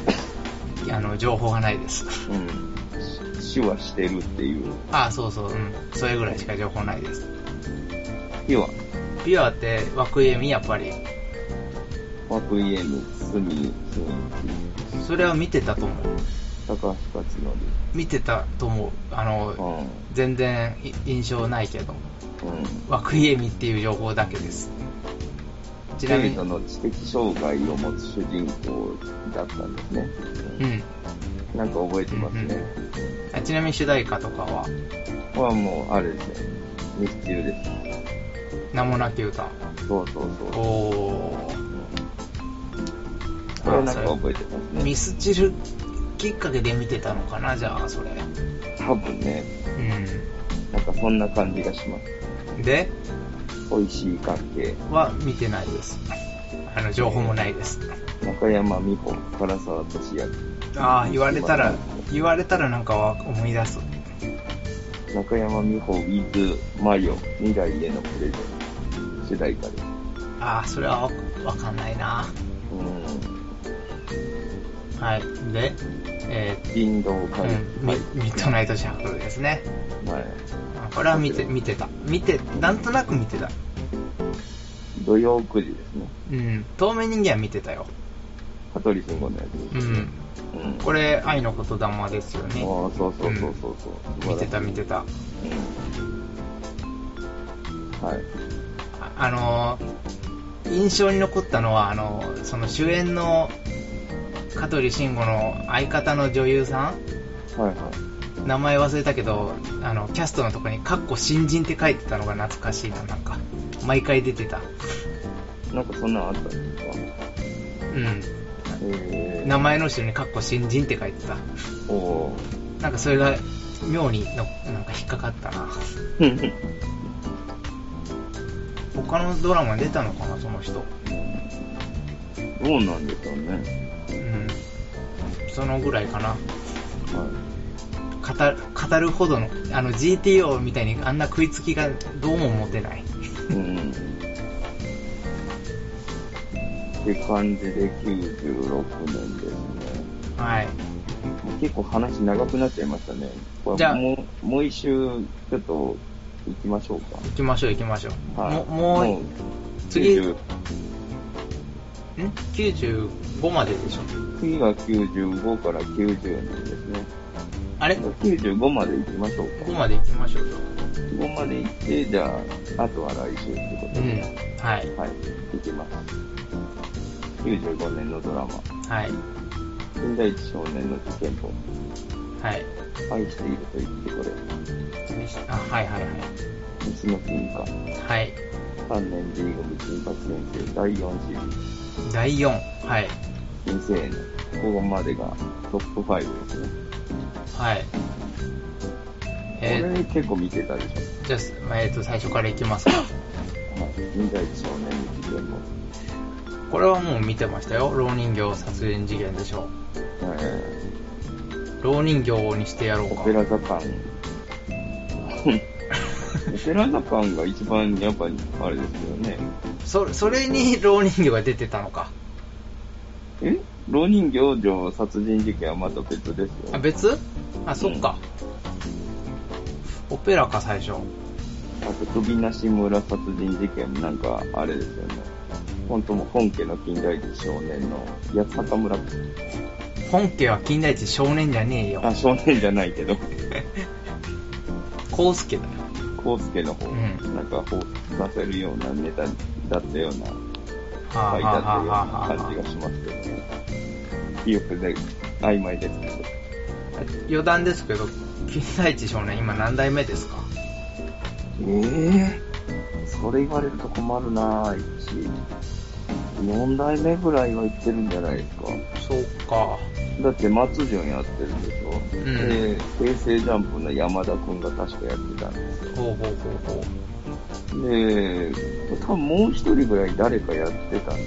Speaker 1: あの、情報がないです。
Speaker 2: うん。死はしてるっていう。
Speaker 1: あ、そうそう、うん。それぐらいしか情報ないです。
Speaker 2: 火は、
Speaker 1: ピュアって、涌井絵美、やっぱり。
Speaker 2: 枠家に住み、住み、
Speaker 1: それは見てたと思う。
Speaker 2: 高橋克
Speaker 1: 見てたと思う。あの、
Speaker 2: 典。
Speaker 1: 全然い印象ないけど。
Speaker 2: うん。うん。
Speaker 1: 涌井絵美っていう情報だけです。ちなみ
Speaker 2: 軽
Speaker 1: に、
Speaker 2: 度の知的障害を持つ主人公だったんですね。
Speaker 1: うん。
Speaker 2: なんか覚えてますね。
Speaker 1: あちなみに主題歌とかは、
Speaker 2: はもう、あれですね。ミスチルで
Speaker 1: 名もなき歌。
Speaker 2: す。そうそうそう。
Speaker 1: おー。
Speaker 2: これなんか覚えてますね
Speaker 1: ミ。スチルきっかけで見てたのかな、じゃあ、それ。う
Speaker 2: 多分ね、
Speaker 1: ん。
Speaker 2: なんかそんな感じがします。
Speaker 1: で、
Speaker 2: 美味しい関係。
Speaker 1: は見てないです。あの、情報もないです。
Speaker 2: 中山美穂、唐沢俊明。
Speaker 1: ああ、言われたら、言われたらなんかは思い出す。
Speaker 2: 中山美穂 with マリオ未来へのプレゼント主題歌です。
Speaker 1: ああ、それはわわかんないな。
Speaker 2: うん。
Speaker 1: はい。で、え
Speaker 2: 人道
Speaker 1: ー
Speaker 2: 回
Speaker 1: うん
Speaker 2: 復。
Speaker 1: ミ
Speaker 2: はい。
Speaker 1: ミッドナイトシャッフルですね。
Speaker 2: はい。
Speaker 1: あこれは見て、見てた。見て、なんとなく見てた。
Speaker 2: 土曜9時ですね。
Speaker 1: うん。透明人間は見てたよ。
Speaker 2: 香取慎吾のやつで
Speaker 1: う
Speaker 2: す。
Speaker 1: ん。
Speaker 2: うん。
Speaker 1: これ、愛の言霊ですよね。
Speaker 2: ああ、そうそうそうそうそう。
Speaker 1: 見
Speaker 2: 素晴らしてい
Speaker 1: た見てた。
Speaker 2: うんはい。
Speaker 1: ああのー印象に残ったのは、あのーその主演の香取慎吾の相方の女優さ
Speaker 2: はいはい。
Speaker 1: ん名前忘れたけど、あの、キャストのとこに、かっこ新人って書いてたのが懐かしいな、なんか。毎回出てた。
Speaker 2: なんかそんなのあったんですか
Speaker 1: う
Speaker 2: え
Speaker 1: ん。名前の後ろにかっこ新人って書いてた。
Speaker 2: おお
Speaker 1: なんかそれが、妙にの、なんか引っかかったな。
Speaker 2: ー。
Speaker 1: 他のドラマに出たのかな、その人。
Speaker 2: どうなんでしょうね。
Speaker 1: うん。そのぐらいかな。
Speaker 2: は
Speaker 1: 語る語るほどの、あの GTO みたいにあんな食いつきがどうも持てない。
Speaker 2: い。うん。って感じで96年ですね。
Speaker 1: はい。
Speaker 2: 結構話長くなっちゃいましたね。これ
Speaker 1: じゃあ
Speaker 2: もう、もう一周、ちょっと、行きましょうか。
Speaker 1: 行きましょう行きましょう。
Speaker 2: はい。
Speaker 1: ももう、ん次
Speaker 2: 90
Speaker 1: ?95 まででしょ。
Speaker 2: 次が95から90年ですね。
Speaker 1: あれ
Speaker 2: 95まで行きましょうか。
Speaker 1: ?5 まで行きましょうよ。
Speaker 2: 5まで行って、じゃあ、あとは来週ってこと
Speaker 1: う
Speaker 2: で、
Speaker 1: ん。はい。
Speaker 2: はい、行きます。95年のドラマ、
Speaker 1: はい。
Speaker 2: 金田一少年の事件簿、
Speaker 1: はい。
Speaker 2: 愛していると言ってこれ、
Speaker 1: あ、はいはいはい。
Speaker 2: 西の金貨、
Speaker 1: はい。
Speaker 2: 3年 B 組金八先生第4シリーズ。
Speaker 1: 第4。はい。
Speaker 2: 2000年、ここまでがトップ5ですね。
Speaker 1: はい。え
Speaker 2: こ
Speaker 1: ー
Speaker 2: れ結構見てたでしょ。
Speaker 1: じゃあす、えっ、と、最初から行きますか。
Speaker 2: はい。銀河一少年の事件も。
Speaker 1: これはもう見てましたよ。老人形殺人事件でしょ
Speaker 2: え
Speaker 1: う。老人形にしてやろう
Speaker 2: ー、
Speaker 1: か
Speaker 2: オ。ペラ座感。オペラ座感が一番やっぱりあれですよね。
Speaker 1: そそれに老人形が出てたのか。
Speaker 2: え老人形状殺人事件はまた別ですよ。
Speaker 1: あ、別あ、そっか。オペラか、最初。
Speaker 2: あと、首なし村殺人事件なんか、あれですよね。本当もう本家の近代一少年の八坂村、
Speaker 1: 本家は金田一少年じゃねえよ。
Speaker 2: あ、少年じゃないけど、
Speaker 1: 康介だよ。
Speaker 2: 康介の方、
Speaker 1: うん
Speaker 2: なんか、放出させるようなネタだったような、書
Speaker 1: はあ、はあ
Speaker 2: いてあったよう
Speaker 1: はあはあ
Speaker 2: な感じがしますけどね。記憶で曖昧ですけど。
Speaker 1: 余談ですけど、金田一少年今何代目ですか
Speaker 2: ええそれ言われると困るなぁ、一。4代目ぐらいは行ってるんじゃないですか。
Speaker 1: そうか。
Speaker 2: だって松潤やってるんでしょ、
Speaker 1: ん
Speaker 2: で平成ジャンプの山田くんが確かやってたんですよ
Speaker 1: ほうほうほうほう。
Speaker 2: で多分もう一人ぐらい誰かやってたんだよ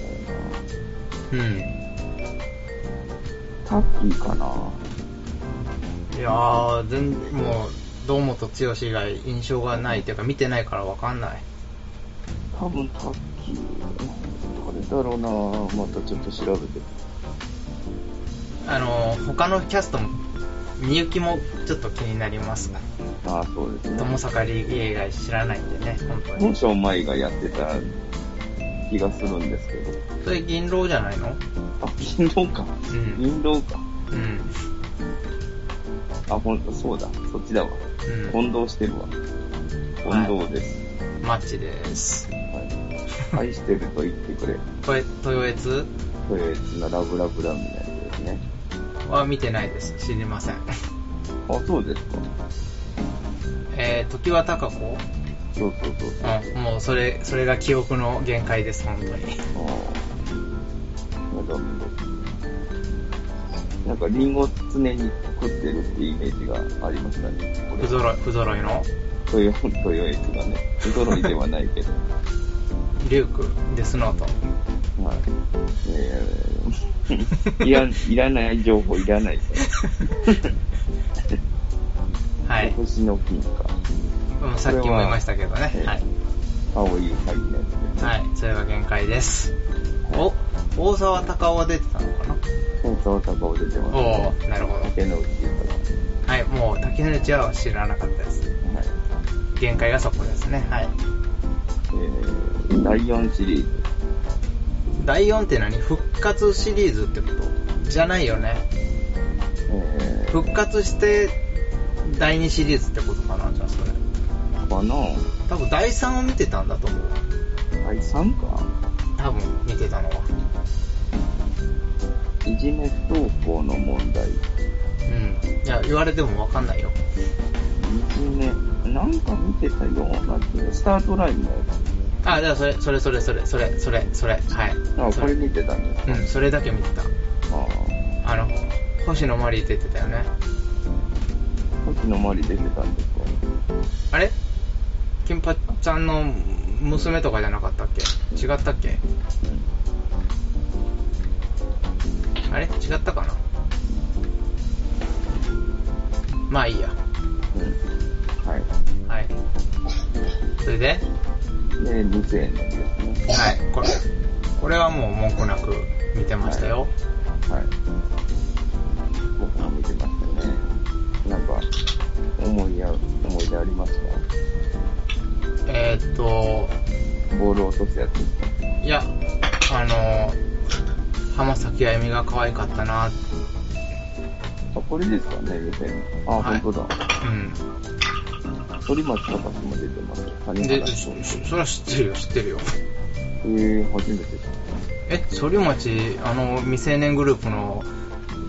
Speaker 1: うん。
Speaker 2: なタッキーかない
Speaker 1: やー、全もう、堂本剛以外印象がないというか見てないからわかんない。
Speaker 2: 多分タッキー誰だろうなまたちょっと調べて
Speaker 1: あのー、他のキャストも、みゆきもちょっと気になります。
Speaker 2: ああそうですね
Speaker 1: 友坂理恵以外知らないんでね、本当
Speaker 2: 本
Speaker 1: に。
Speaker 2: 性舞がやってた気がするんですけど
Speaker 1: それ銀狼じゃないの
Speaker 2: あ銀狼か
Speaker 1: うん。
Speaker 2: 銀狼か
Speaker 1: うん。
Speaker 2: あほんとそうだそっちだわ
Speaker 1: うん。
Speaker 2: 混同してるわ混同です、
Speaker 1: マッチです。
Speaker 2: はい、愛してると言ってくれ
Speaker 1: とえ、豊悦
Speaker 2: これ、ラブラブラみたいなやつですね。
Speaker 1: は見てないです。知りません。
Speaker 2: あ、そうですか。
Speaker 1: えー、時は高子
Speaker 2: そうそうそうそう。
Speaker 1: うん。もうそれ、それが記憶の限界です、本当に。
Speaker 2: あーなるほど。なんか、リンゴ常に食ってるってイメージがありましたね。
Speaker 1: 不揃い、不揃いの
Speaker 2: という、というやつがね。不揃いではないけど。
Speaker 1: リューク、デスノート。
Speaker 2: はい。えー、いらん、いらない情報いらないから。
Speaker 1: はい。
Speaker 2: 星の金か。
Speaker 1: うん、さっきも言いましたけどね。
Speaker 2: えー
Speaker 1: はい。
Speaker 2: 青い灰のやつですね。
Speaker 1: はい。それが限界です。
Speaker 2: はい
Speaker 1: お、大沢たかおは出てたのかな
Speaker 2: そうそう、高尾出てますね。
Speaker 1: おー、なるほど。
Speaker 2: 竹野内豊。
Speaker 1: はい。もう、竹内は知らなかったです。
Speaker 2: はい。
Speaker 1: 限界がそこですね。はい。
Speaker 2: えー、第4シリーズ。
Speaker 1: 第4って何復活シリーズってことじゃないよね。
Speaker 2: えー、
Speaker 1: 復活して、第2シリーズってことかなじゃあそれ。
Speaker 2: かな
Speaker 1: 多分第3を見てたんだと思う。
Speaker 2: 第3か
Speaker 1: 多分見てたのは。
Speaker 2: いじめ不登校の問題。い
Speaker 1: うん。いや、言われてもわかんないよ。
Speaker 2: じめ、なんか見てたような気がスタートラインのや
Speaker 1: あ、じゃあそれ、それ、それ、それ、それ、それ、それ、はい。
Speaker 2: つ。あ、
Speaker 1: そ
Speaker 2: こ
Speaker 1: れ
Speaker 2: れ見てたんです
Speaker 1: うん、それだけ見てた。
Speaker 2: か。ああ
Speaker 1: あの、星野マリー出てたよね。
Speaker 2: 星野まり出てたんですか
Speaker 1: あれ金八ちゃんの娘とかじゃなかったっけ違ったっけあれ違ったかなまあいいや。
Speaker 2: うん。うん。はい。
Speaker 1: はい。それではい。
Speaker 2: で、2000年ですね。
Speaker 1: これ、これはもう文句なく見てましたよ。
Speaker 2: はい。僕も見てましたね。なんか、思いや、思い出ありますか
Speaker 1: えーっと、
Speaker 2: ボールを落とすやつですか
Speaker 1: いや、あの浜崎あゆみが可愛かったな、
Speaker 2: あ、これですかね、見てるの。あ、
Speaker 1: はい
Speaker 2: 本当だ。
Speaker 1: うん。
Speaker 2: 鳥松隆も出てます。谷
Speaker 1: で、
Speaker 2: 原
Speaker 1: そ
Speaker 2: 章
Speaker 1: そそれは知ってるよ、知ってるよ。
Speaker 2: えー、初めて知っ
Speaker 1: え、ソリマチ、あの、未成年グループの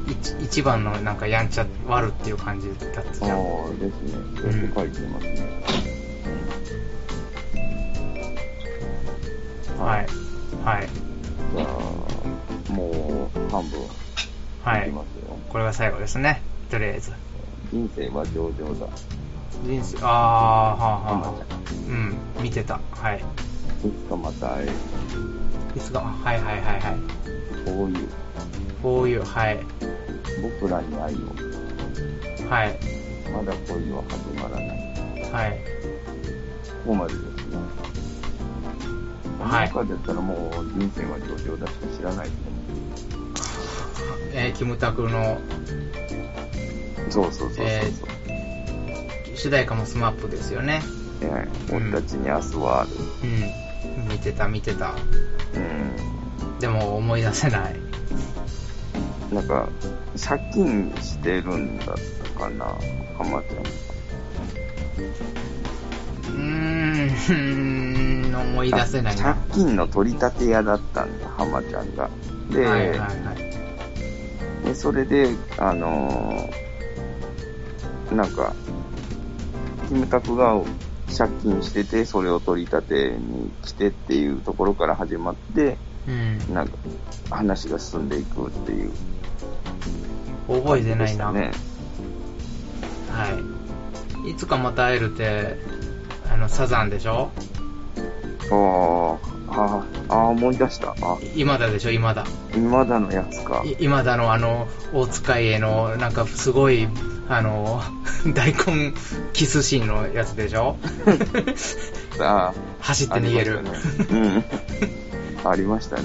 Speaker 1: 一一番のなんかやんちゃ、悪っていう感じだったじ
Speaker 2: た。
Speaker 1: ゃん。
Speaker 2: ああ、ですね。そうやって書いてますね。
Speaker 1: はい。はい。
Speaker 2: じゃあ、もう半分い
Speaker 1: は
Speaker 2: き
Speaker 1: い。
Speaker 2: ますよ。
Speaker 1: これが最後ですね。とりあえず。
Speaker 2: 人生は上々だ。
Speaker 1: 人生、あー、はあ、はあ
Speaker 2: 浜ちゃん。
Speaker 1: うん、見てた。はい。
Speaker 2: いつかまた会える。
Speaker 1: ですが、はいはいはいはい。
Speaker 2: こういう、
Speaker 1: こういう、はい。
Speaker 2: 僕らに愛を、
Speaker 1: はい。
Speaker 2: まだ恋は始まらない。
Speaker 1: はい。
Speaker 2: ここまでですね。
Speaker 1: はい
Speaker 2: この中だったらもう人生は上々だしか知らない
Speaker 1: えーキムタクの
Speaker 2: そうそうそうそうそう。
Speaker 1: え
Speaker 2: え
Speaker 1: 主題歌もスマップですよね。
Speaker 2: え俺たちに明日はある。
Speaker 1: うん。見てた見てた。
Speaker 2: う
Speaker 1: でも思い出せない。
Speaker 2: ん。なんか、借金してるんだったかな、浜ちゃん。
Speaker 1: うーん、思い出せない
Speaker 2: 借
Speaker 1: な。
Speaker 2: 金の取り立て屋だったんだ、浜ちゃんが。で、
Speaker 1: はいはいはい。
Speaker 2: でそれで、あのーなんか、キムタクが借金してて、それを取り立てに来てっていうところから始まって、
Speaker 1: うん。
Speaker 2: なんか、話が進んでいくっていう
Speaker 1: 覚えて
Speaker 2: で
Speaker 1: ない
Speaker 2: した
Speaker 1: な。
Speaker 2: ね。
Speaker 1: はい。いつかまた会えるって、あの、サザンでしょ
Speaker 2: あーあー、あー思い出した。あ、
Speaker 1: 今だでしょ今だ。
Speaker 2: 今だのやつか。
Speaker 1: い今だのあの、大塚家の、なんかすごい、あの、 大根キスシーンのやつでし ょ
Speaker 2: あ
Speaker 1: 走っ
Speaker 2: ー
Speaker 1: て
Speaker 2: あ
Speaker 1: 逃
Speaker 2: りま
Speaker 1: げ
Speaker 2: した
Speaker 1: る。
Speaker 2: ね。うん。ありましたね。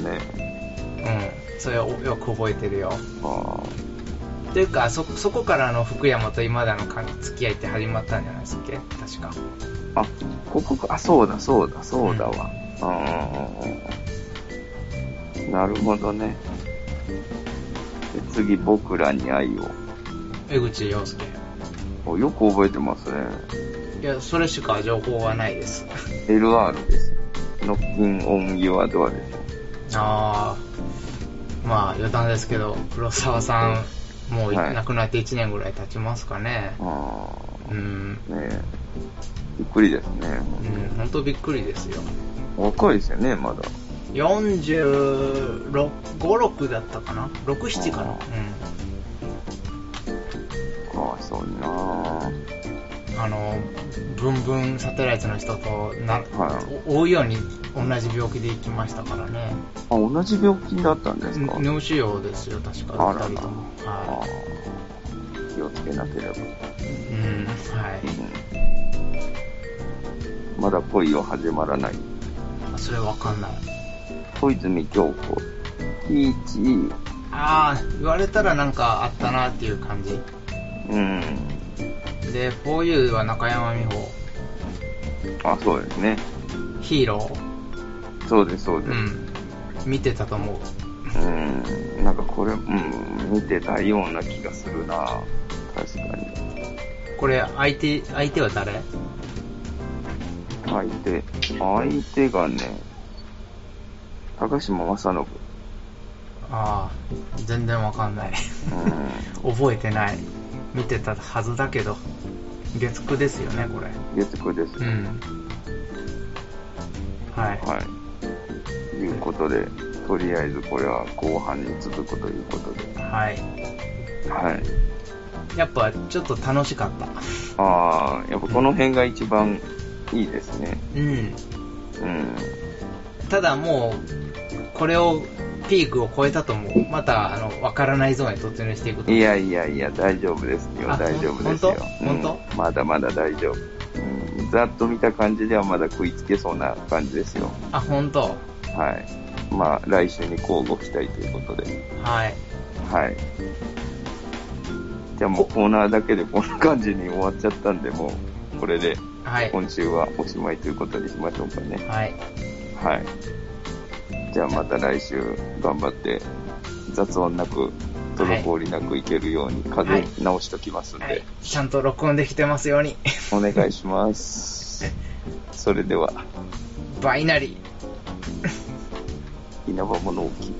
Speaker 1: うん。それをよく覚えてるよ。
Speaker 2: あ
Speaker 1: というか、そ、そこからあの福山と今だの関付き合いって始まったんじゃないですっけ確か。
Speaker 2: ーあ、ここか、あ、そうだ、そうだ、そうだわ。うんうんうんうん。なるほどね。で次、僕らに愛を
Speaker 1: 江口洋介。
Speaker 2: お。よく覚えてますね。
Speaker 1: いや、それしか情報はないです。
Speaker 2: LR です。ノッキンオンギワドアですよ。
Speaker 1: ああ、まあ余談ですけど、黒沢さん、もうい
Speaker 2: はい
Speaker 1: 亡くなって1年ぐらい経ちますかね。
Speaker 2: ああ、
Speaker 1: うん、
Speaker 2: ねえ。びっくりですね。
Speaker 1: うん、ほんとびっくりですよ。
Speaker 2: 若いですよね、まだ。
Speaker 1: 46、5、6だったかな ?6、7かな
Speaker 2: あかわいそうにな
Speaker 1: うん。あの、ブンブンサテライトの人とな、
Speaker 2: は
Speaker 1: お追うように同じ病気で行きましたからね。
Speaker 2: あ、同じ病気だったんですか、
Speaker 1: 尿腫瘍ですよ、確か、
Speaker 2: あらら
Speaker 1: 二人とも。
Speaker 2: あ
Speaker 1: は
Speaker 2: ー気をつけなけれ
Speaker 1: い。
Speaker 2: ば。
Speaker 1: うん、はい。
Speaker 2: うんまだ恋は始まらない。
Speaker 1: あそれわかんない。
Speaker 2: 小泉京子。ピーチ。
Speaker 1: ああ、言われたらなんかあったなっていう感じ。
Speaker 2: うん。
Speaker 1: で、フォーユーは中山美穂、
Speaker 2: あ、そうですね。
Speaker 1: ヒーロー、
Speaker 2: そうです、そうで
Speaker 1: う
Speaker 2: す。
Speaker 1: ん、見てたと思う。
Speaker 2: うん。なんかこれ、うん、見てたような気がするな確かに。
Speaker 1: これ、相手、相手は誰
Speaker 2: 相手。相手がね、高島正信。
Speaker 1: ああ、全然わかんない。
Speaker 2: うん。
Speaker 1: 覚えてない。見てたはずだけど、月9ですよね、これ。
Speaker 2: 月9で
Speaker 1: う
Speaker 2: す。
Speaker 1: ん。はい。
Speaker 2: はい。いうことで、とりあえずこれは後半に続くということで。
Speaker 1: はい。
Speaker 2: はい。
Speaker 1: やっぱ、ちょっと楽しかった。
Speaker 2: ああ、やっぱこの辺が一番いいですね。
Speaker 1: うん。
Speaker 2: うん。
Speaker 1: ただもう、これを、ピークを超えたともう、また、あの、わからないゾーンに突入していくと思う
Speaker 2: いやいやいや、大丈夫ですよ、
Speaker 1: あ
Speaker 2: 大丈夫ですよ。
Speaker 1: ほんと
Speaker 2: うんまだまだ大丈夫。うん、ざっと見た感じではまだ食いつけそうな感じですよ。
Speaker 1: あ、本当。
Speaker 2: はい。まあ、来週に交互期待ということで。
Speaker 1: はい。
Speaker 2: はい。じゃあもうコーナーだけでこんな感じに終わっちゃったんで、もう、これで
Speaker 1: はい。
Speaker 2: 今週はおしまいということにしましょうかね。
Speaker 1: はい。
Speaker 2: はい。じゃあまた来週頑張って、雑音なく、滞りなくいけるように、風邪直しときますんで、
Speaker 1: はい。ちゃんと録音できてますように。
Speaker 2: お願いします。それでは、
Speaker 1: バイナリー。
Speaker 2: 稲葉物置。